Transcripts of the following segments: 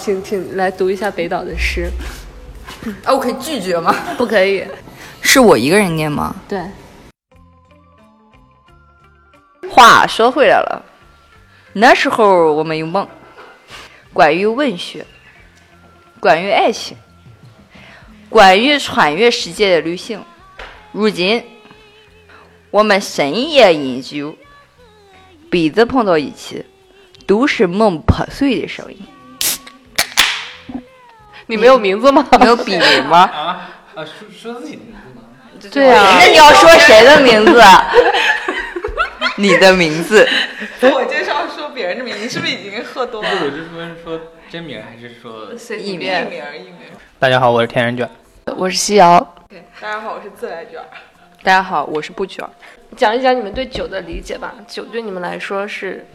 请请来读一下北岛的诗，啊，我可以拒绝吗？不可以。是我一个人念吗？对，话说回来了，那时候我们有梦，关于文学，关于爱情，关于穿越世界的旅行。如今，我们深夜饮酒，鼻子碰到一起，都是梦破碎的声音。你没有名字吗？没有笔名吗？ 啊啊，说说自己的名字吗？ 对啊，那你要说谁的名字？啊 你的名字。我介绍说别人的名字，你是不是已经喝多不是，我了？就问说真名还是说？随意一面名儿一名儿。大家好，我是天然卷。我是西瑶。大家好，我是自来卷儿。大家好，我是不卷。讲一讲你们对酒的理解吧。酒对你们来说是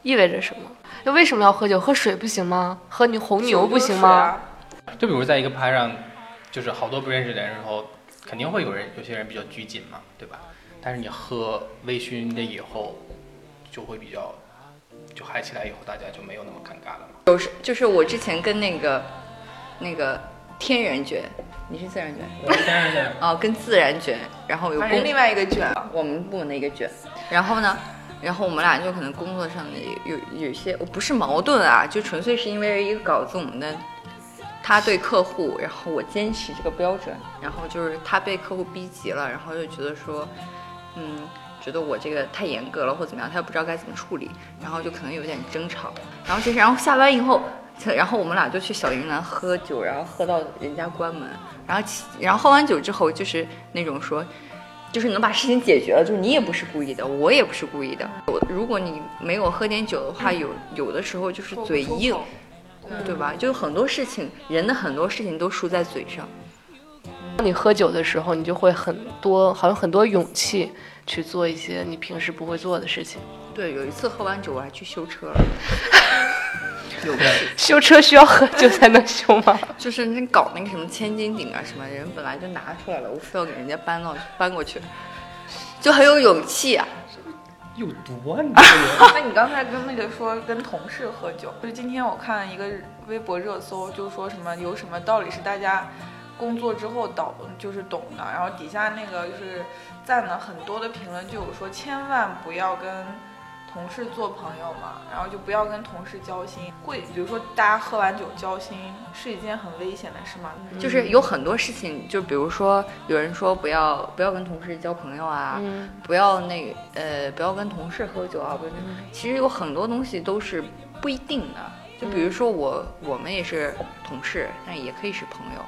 意味着什么？就为什么要喝酒？喝水不行吗？喝牛红牛不行吗？？就比如在一个趴上，就是好多不认识的人，然后肯定会有人，有些人比较拘谨嘛，对吧？但是你喝微醺的以后，就会比较，就嗨起来以后，大家就没有那么尴尬了嘛。有时就是我之前跟那个那个天然卷，你是自然卷我是天然 卷，哦，跟自然卷，然后有反正工另外一个卷，我们部门的一个卷，然后呢，然后我们俩就可能工作上的有有有一些，我不是矛盾啊，就纯粹是因为一个稿子，我们的他对客户，然后我坚持这个标准，然后就是他被客户逼急了，然后就觉得说，嗯，觉得我这个太严格了或怎么样，他又不知道该怎么处理，然后就可能有点争吵，然后这是，然后下班以后。然后我们俩就去小云南喝酒，然后喝到人家关门，然后起然后喝完酒之后就是那种说就是能把事情解决了，就是你也不是故意的，我也不是故意的。我如果你没有喝点酒的话，有有的时候就是嘴硬，对吧？就很多事情，人的很多事情都输在嘴上。当你喝酒的时候，你就会很多，好像很多勇气去做一些你平时不会做的事情。对，有一次喝完酒我还去修车了，有病。修车需要喝酒才能修吗？就是那搞那个什么千斤顶啊什么，人本来就拿出来了，我非要给人家搬到搬过去，就很有勇气啊。有毒啊！你这个人 那你刚才跟那个说跟同事喝酒，就是今天我看一个微博热搜，就说什么有什么道理是大家工作之后懂就是懂的，然后底下那个就是赞了很多的评论，就有说千万不要跟。同事做朋友嘛，然后就不要跟同事交心。会，比如说大家喝完酒交心是一件很危险的事嘛。就是嗯有很多事情，就比如说有人说不要不要跟同事交朋友啊，嗯，不要那个呃，不要跟同事喝酒啊，不是，其实有很多东西都是不一定的。就比如说我，我们也是同事，但也可以是朋友。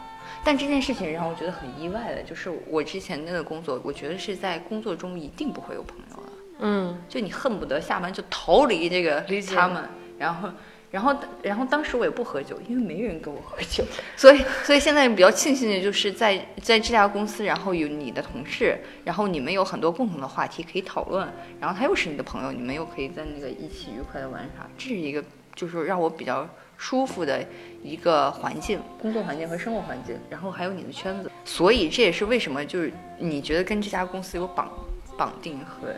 但这件事情让我觉得很意外的，就是我之前那个工作，我觉得是在工作中一定不会有朋友的。嗯，就你恨不得下班就逃离这个理解他们，然后。然后，然后当时我也不喝酒，因为没人跟我喝酒， 所以，所以现在比较庆幸的就是在在这家公司，然后有你的同事，然后你们有很多共同的话题可以讨论，然后他又是你的朋友，你们又可以在那个一起愉快的玩耍，这是一个就是让我比较舒服的一个环境，工作环境和生活环境，然后还有你的圈子，所以这也是为什么就是你觉得跟这家公司有绑绑定和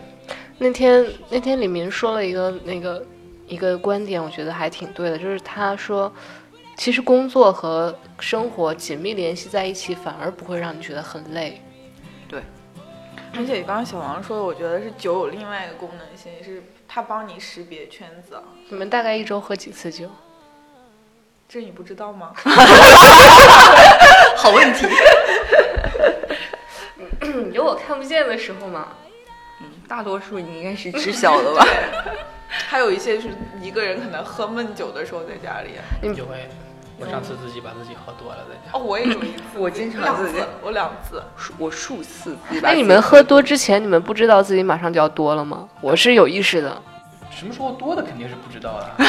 那天那天李明说了一个那个一个观点，我觉得还挺对的，就是他说，其实工作和生活紧密联系在一起，反而不会让你觉得很累。而且刚刚小王说的，我觉得是酒有另外一个功能性，是它帮你识别圈子，啊你们大概一周喝几次酒？这你不知道吗？ 好问题。嗯有我看不见的时候嘛。大多数你应该是知晓 的吧？ 还有一些是一个人可能喝闷酒的时候在家里。啊你就会，我上次自己把自己喝多了，在家。哦，我也有一次，我经常两自己次，我两次。我数次自己把那自己。你们喝多之前，你们不知道自己马上就要多了吗？我是有意识的。什么时候多的肯定是不知道的。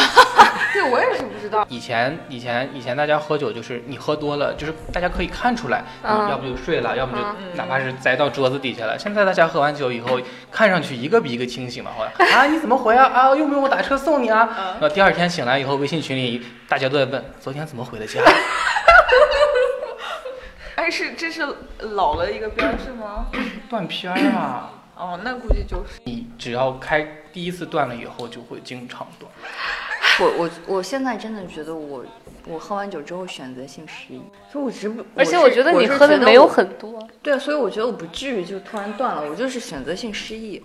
对，我也是不知道。以前以前以前大家喝酒就是你喝多了，就是大家可以看出来，嗯你要不就睡了，要不就嗯哪怕是栽到桌子底下了。现在大家喝完酒以后，看上去一个比一个清醒了，好像 啊你怎么回啊啊用不用我打车送你啊？嗯呃第二天醒来以后，微信群里大家都在问昨天怎么回的 家，哎，是这是老了一个边儿是吗？断片儿啊。哦，那估计就是。你只要开第一次断了以后，就会经常断。我我我现在真的觉得我我喝完酒之后选择性失忆，所以我直不，而且我我是觉得你是喝的觉没有我很多，对，啊所以我觉得我不至于就突然断了，我就是选择性失忆。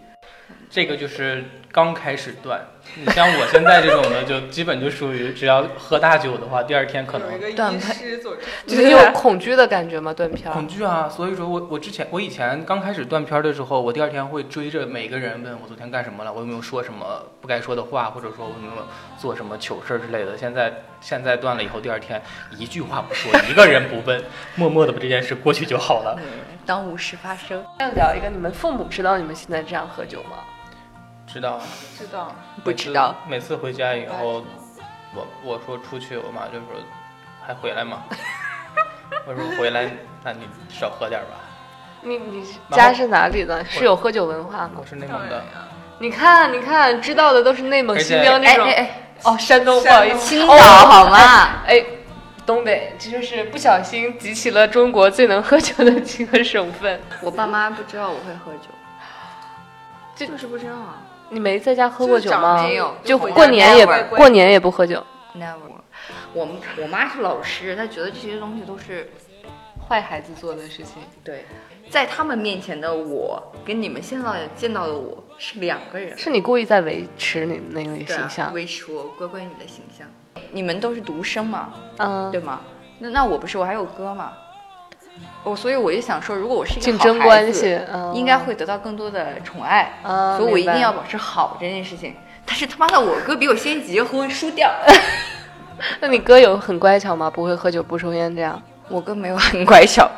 这个就是刚开始断。你像我现在这种的，就基本就属于只要喝大酒的话，第二天可有一能个断医派师组织，你有恐惧的感觉吗？断 片儿恐，惧啊。所以说我我之前我以前刚开始断片儿的时候，我第二天会追着每个人问我昨天干什么了，我有没有说什么不该说的话，或者说我有没有做什么糗事儿之类的。现在现在断了以后，第二天一句话不说，一个人不问，默默的把这件事过去就好了。嗯，当无事发生，要聊一个，你们父母知道你们现在这样喝酒吗？知道啊。知道。不知道。每次回家以后，我我说出去，我妈就说还回来吗？ 我说回来，那你少喝点吧。你你后家是哪里的？是有喝酒文化吗我？是内当蒙的然，呀，你看，你看，知道的都是内蒙、而且新疆那哎种。哎哎，哦，山 东，不山好意思，东青哦岛好吗？哎，东北，这就是不小心集齐了中国最能喝酒的几个省份。我爸妈不知道我会喝酒，这 就是不知道啊你没在家喝过酒吗？没有就就回过家年也待会儿不过年也不喝酒， ，never。我我妈是老师，她觉得这些东西都是坏孩子做的事情。对，在他们面前的我跟你们现在见到的我是两个人。是你故意在维持你那个对啊形象？维持我乖乖女的形象。你们都是独生嘛，嗯，对吗？那那我不是，我还有哥嘛。我所以我就想说，如果我是一个竞好争孩关子系，嗯应该会得到更多的宠爱，啊所以我一明白定要保持好这件事情。但是他妈的，我哥比我先结婚输 掉，那你哥有很乖巧吗？不会喝酒、不抽烟这样？我哥没有很乖巧，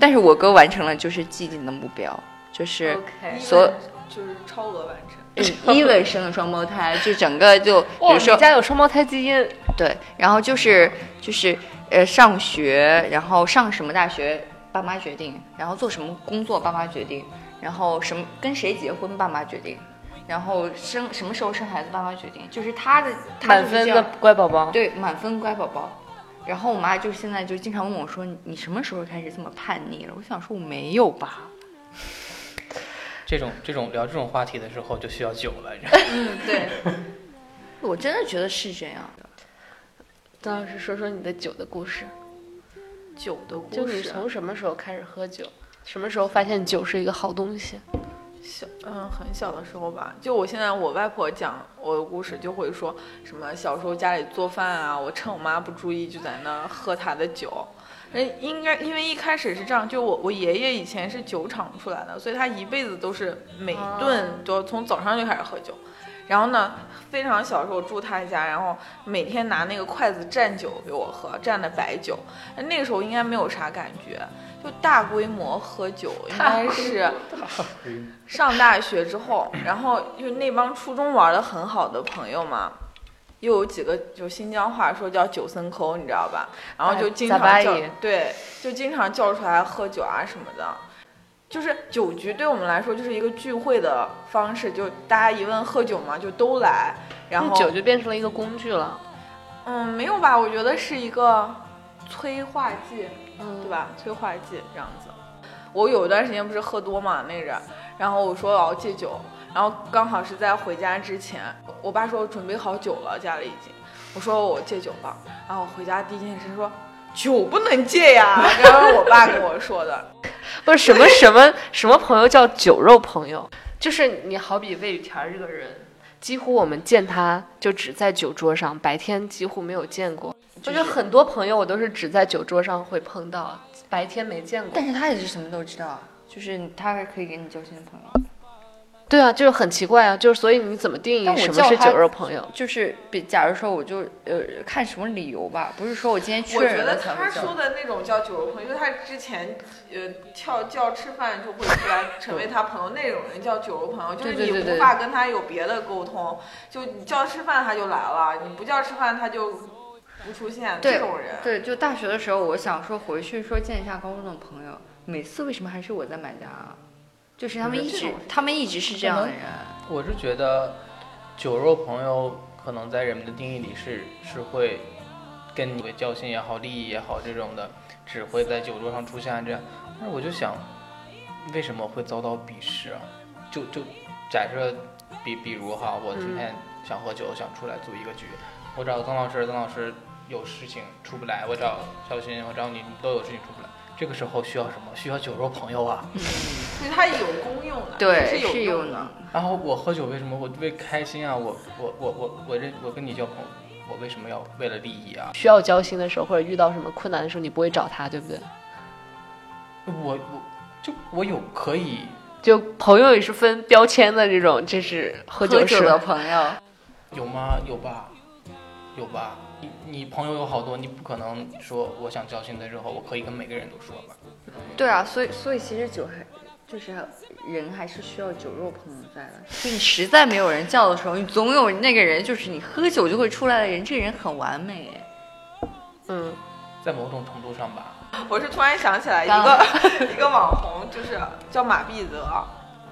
但是我哥完成了就是既定的目标，就是。 OK 所就是超额完成。 even 生了双胞胎，就整个就，比哦哇，如你说家有双胞胎基因，对，然后就是就是呃上学，然后上什么大学，爸妈决定，然后做什么工作，爸妈决定，然后什么跟谁结婚，爸妈决定，然后生什么时候生孩子，爸妈决定，就是他的他满就是分这的样乖宝宝。对满分乖宝宝。然后我妈就现在就经常问我说：“你你什么时候开始这么叛逆了？”我想说我没有吧，这种这种聊这种话题的时候就需要酒来着。嗯，对，我真的觉得是这样。张老师，说说你的酒的故事。酒的就故你事啊。从什么时候开始喝酒？什么时候发现酒是一个好东西？小嗯，很小的时候吧，就我现在我外婆讲我的故事，就会说什么小时候家里做饭啊，我趁我妈不注意就在那儿喝她的酒。人应该因为一开始是这样，就我我爷爷以前是酒厂出来的，所以他一辈子都是每顿都从早上就开始喝酒。然后呢，非常小的时候住他家，然后每天拿那个筷子蘸酒给我喝，蘸的白酒。那个时候应该没有啥感觉，就大规模喝酒应该是。上大学之后，然后就那帮初中玩的很好的朋友嘛，又有几个就新疆话说叫九森抠，你知道吧？然后就经常咋巴叫也对，就经常叫出来喝酒啊什么的。就是酒局对我们来说就是一个聚会的方式，就大家一问喝酒嘛，就都来。然后那酒就变成了一个工具了，嗯，没有吧？我觉得是一个催化剂。嗯对？吧？催化剂这样子。我有一段时间不是喝多嘛那阵儿，然后我说我要戒酒，然后刚好是在回家之前，我爸说我准备好酒了，家里已经，我说我戒酒了，然后我回家第一件事说酒不能戒呀，然后我爸跟我说的，不是什么什么什么朋友叫酒肉朋友，就是你好比魏雨田这个人，几乎我们见他就只在酒桌上，白天几乎没有见过。就是很多朋友我都是只在酒桌上会碰到，白天没见过。但是他也是什么都知道啊，就是他还可以给你交新的朋友。对啊，就是很奇怪啊，就是所以你怎么定但义我什么叫是他酒肉朋友？就是比，假如说我就呃看什么理由吧，不是说我今天我确觉认了得才他会说叫。的那种叫酒肉朋友，就是他之前呃跳叫吃饭就会出 来成为他朋友那种人叫酒肉朋友，就是对你对对无法跟他有别的沟通，就你叫吃饭他就来了，你不叫吃饭他就不出现对这种人。对，就大学的时候，我想说回去说见一下高中的朋友，每次为什么还是我在买单啊？就是他们一直，他们一直是这样的人。我是觉得酒肉朋友可能在人们的定义里是是会跟你交心也好，利益也好这种的，只会在酒桌上出现这样。但是我就想，为什么会遭到鄙视啊？就就假设比比如哈，我今天想喝酒，想出来组一个局。我找曾老师，曾老师有事情出不来；我找肖鑫，我找你，你都有事情出不来。这个时候需要什么？需要酒肉朋友啊！所以它有功用的，对，是是有有用的能。然后我喝酒为什么？我为开心啊！我我我我我认我跟你交朋友，我为什么要为了利益啊？需要交心的时候，或者遇到什么困难的时候，你不会找他，对不对？我我就我有可以就朋友也是分标签的这种，这是喝酒是的朋友， 有吗？有吧，有吧。你你朋友有好多，你不可能说我想交心的时候，我可以跟每个人都说吧。对啊，所以所以其实酒还就是人还是需要酒肉朋友在的。就你实在没有人叫的时候，你总有那个人，就是你喝酒就会出来的人，这个人很完美。嗯，在某种程度上吧，我是突然想起来一个 一个网红，就是叫马必泽，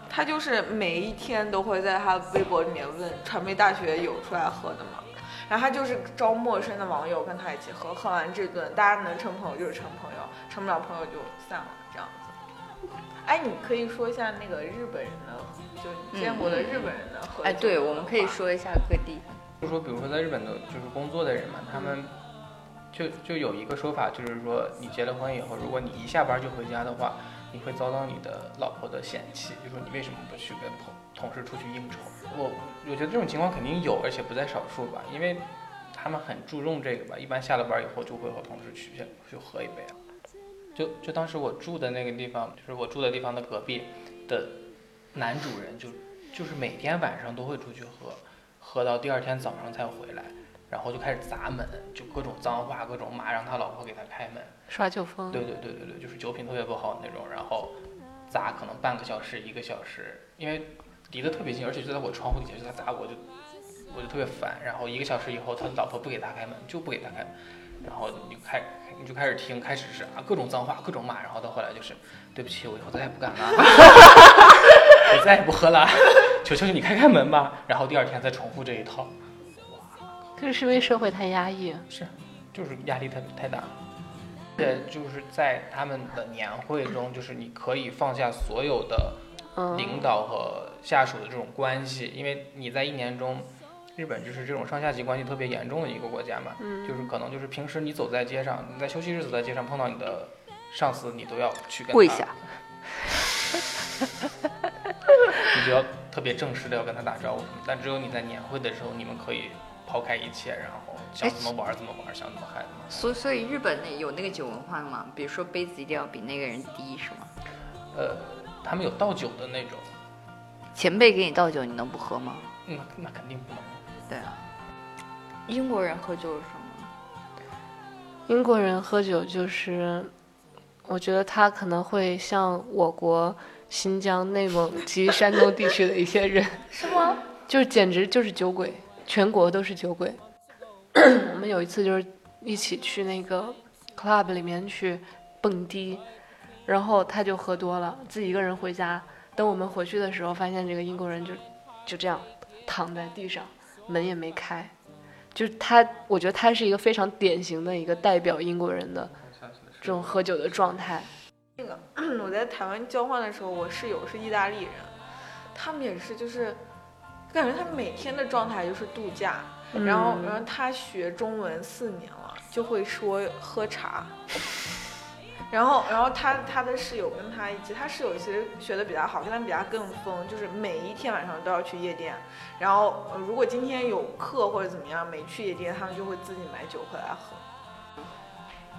他就是每一天都会在他微博里面问传媒大学有出来喝的吗？然后他就是招陌生的网友跟他一起喝，喝完这顿大家能成朋友就是成朋友，成不了朋友就散了这样子。哎，你可以说一下那个日本人的，就你见过的日本人的喝酒文化、嗯哎，对，我们可以说一下各地。就说比如说在日本的，就是工作的人嘛，他们就就有一个说法，就是说你结了婚以后，如果你一下班就回家的话，你会遭到你的老婆的嫌弃，就说你为什么不去跟同同事出去应酬？我我觉得这种情况肯定有，而且不在少数吧，因为他们很注重这个吧，一般下了班以后就会和同事去去喝一杯啊。就就当时我住的那个地方，就是我住的地方的隔壁的男主人就就是每天晚上都会出去喝，喝到第二天早上才回来，然后就开始砸门，就各种脏话，各种骂，让他老婆给他开门。耍酒疯。对对对对对，就是酒品特别不好的那种，然后砸可能半个小时一个小时，因为离得特别近，而且就在我窗户底下，就他砸我就我就特别烦。然后一个小时以后，他老婆不给他开门，就不给他开门，然后你就开你就开始听，开始是啊各种脏话，各种骂，然后到后来就是对不起，我以后再也不敢了， 我再也不喝了，求求你开开门吧。然后第二天再重复这一套，这是因为社会太压抑。是就是压力太太大。对，就是在他们的年会中，就是你可以放下所有的嗯，领导和下属的这种关系，因为你在一年中，日本就是这种上下级关系特别严重的一个国家嘛，嗯就是可能就是平时你走在街上，你在休息日走在街上碰到你的上司，你都要去跟跪他下，你就要特别正式的要跟他打招呼什么，但只有你在年会的时候，你们可以抛开一切，然后想哎怎么玩儿怎么玩儿，想怎么嗨怎么嗨。所以所以日本那有那个酒文化吗？比如说杯子一定要比那个人低是吗？呃，他们有倒酒的那种，前辈给你倒酒，你能不喝吗？嗯，那肯定不能。对啊，英国人喝酒是什么？英国人喝酒就是，我觉得他可能会像我国新疆、内蒙及山东地区的一些人， 是吗？就是简直就是酒鬼，全国都是酒 鬼。我们有一次就是一起去那个 club 里面去蹦迪，然后他就喝多了，自己一个人回家。等我们回去的时候，发现这个英国人就就这样躺在地上，门也没开。就是他，我觉得他是一个非常典型的一个代表英国人的这种喝酒的状态。我在台湾交换的时候，我室友是意大利人，他们也是就是，感觉他们每天的状态就是度假，嗯然后嗯然后他学中文四年了，就会说喝茶。 然后，然后他他的室友跟他一起，他室友其实学的比他好，跟他比他更疯，就是每一天晚上都要去夜店。然后，呃如果今天有课或者怎么样没去夜店，他们就会自己买酒回来喝。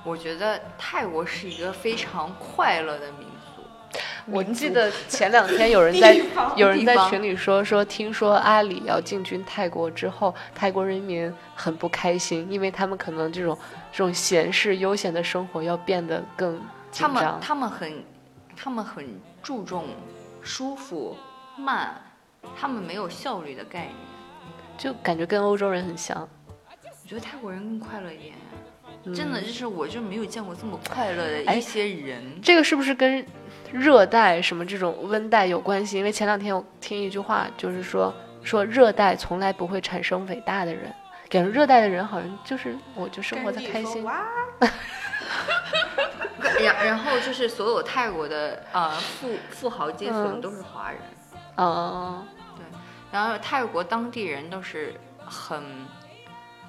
我觉得泰国是一个非常快乐的民族。我民族记得 前两天有人在地方有人在地方群里说说，听说阿里要进军泰国之后，泰国人民很不开心，因为他们可能这种这种闲适悠闲的生活要变得更紧他们张。他们很他们很注重舒服慢，他们没有效率的概念。就感觉跟欧洲人很像，我觉得泰国人更快乐一点，啊嗯真的就是我就没有见过这么快乐的哎一些人。这个是不是跟热带什么这种温带有关系？因为前两天我听一句话，就是说说热带从来不会产生伟大的人，感觉热带的人好像就是我就生活跟的你开说心。哇，然然后就是所有泰国的呃富富豪阶层嗯都是华人，嗯，然后泰国当地人都是很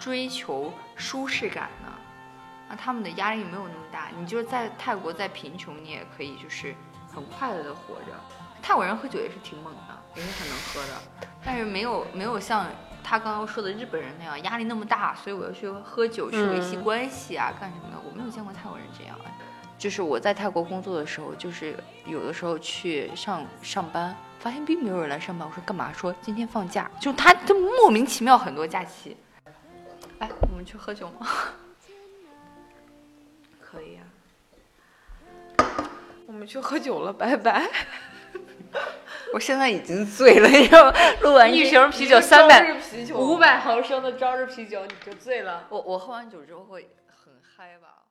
追求舒适感的，那他们的压力没有那么大。你就是在泰国再贫穷，你也可以就是很快乐的活着。泰国人喝酒也是挺猛的，也是很能喝的，但是没有没有像他刚刚说的日本人那样压力那么大，所以我要去喝酒去维系嗯关系啊，干什么的？我没有见过泰国人这样。啊就是我在泰国工作的时候，就是有的时候去上上班，发现并没有人来上班。我说干嘛？说今天放假，就他就莫名其妙很多假期。哎，我们去喝酒吗？可以啊。我们去喝酒了，拜拜。我现在已经醉了，你知道吗？录完一这瓶啤酒三朝百，日啤酒， 500毫升的朝日啤酒，你就醉了。我我喝完酒之后会很嗨吧？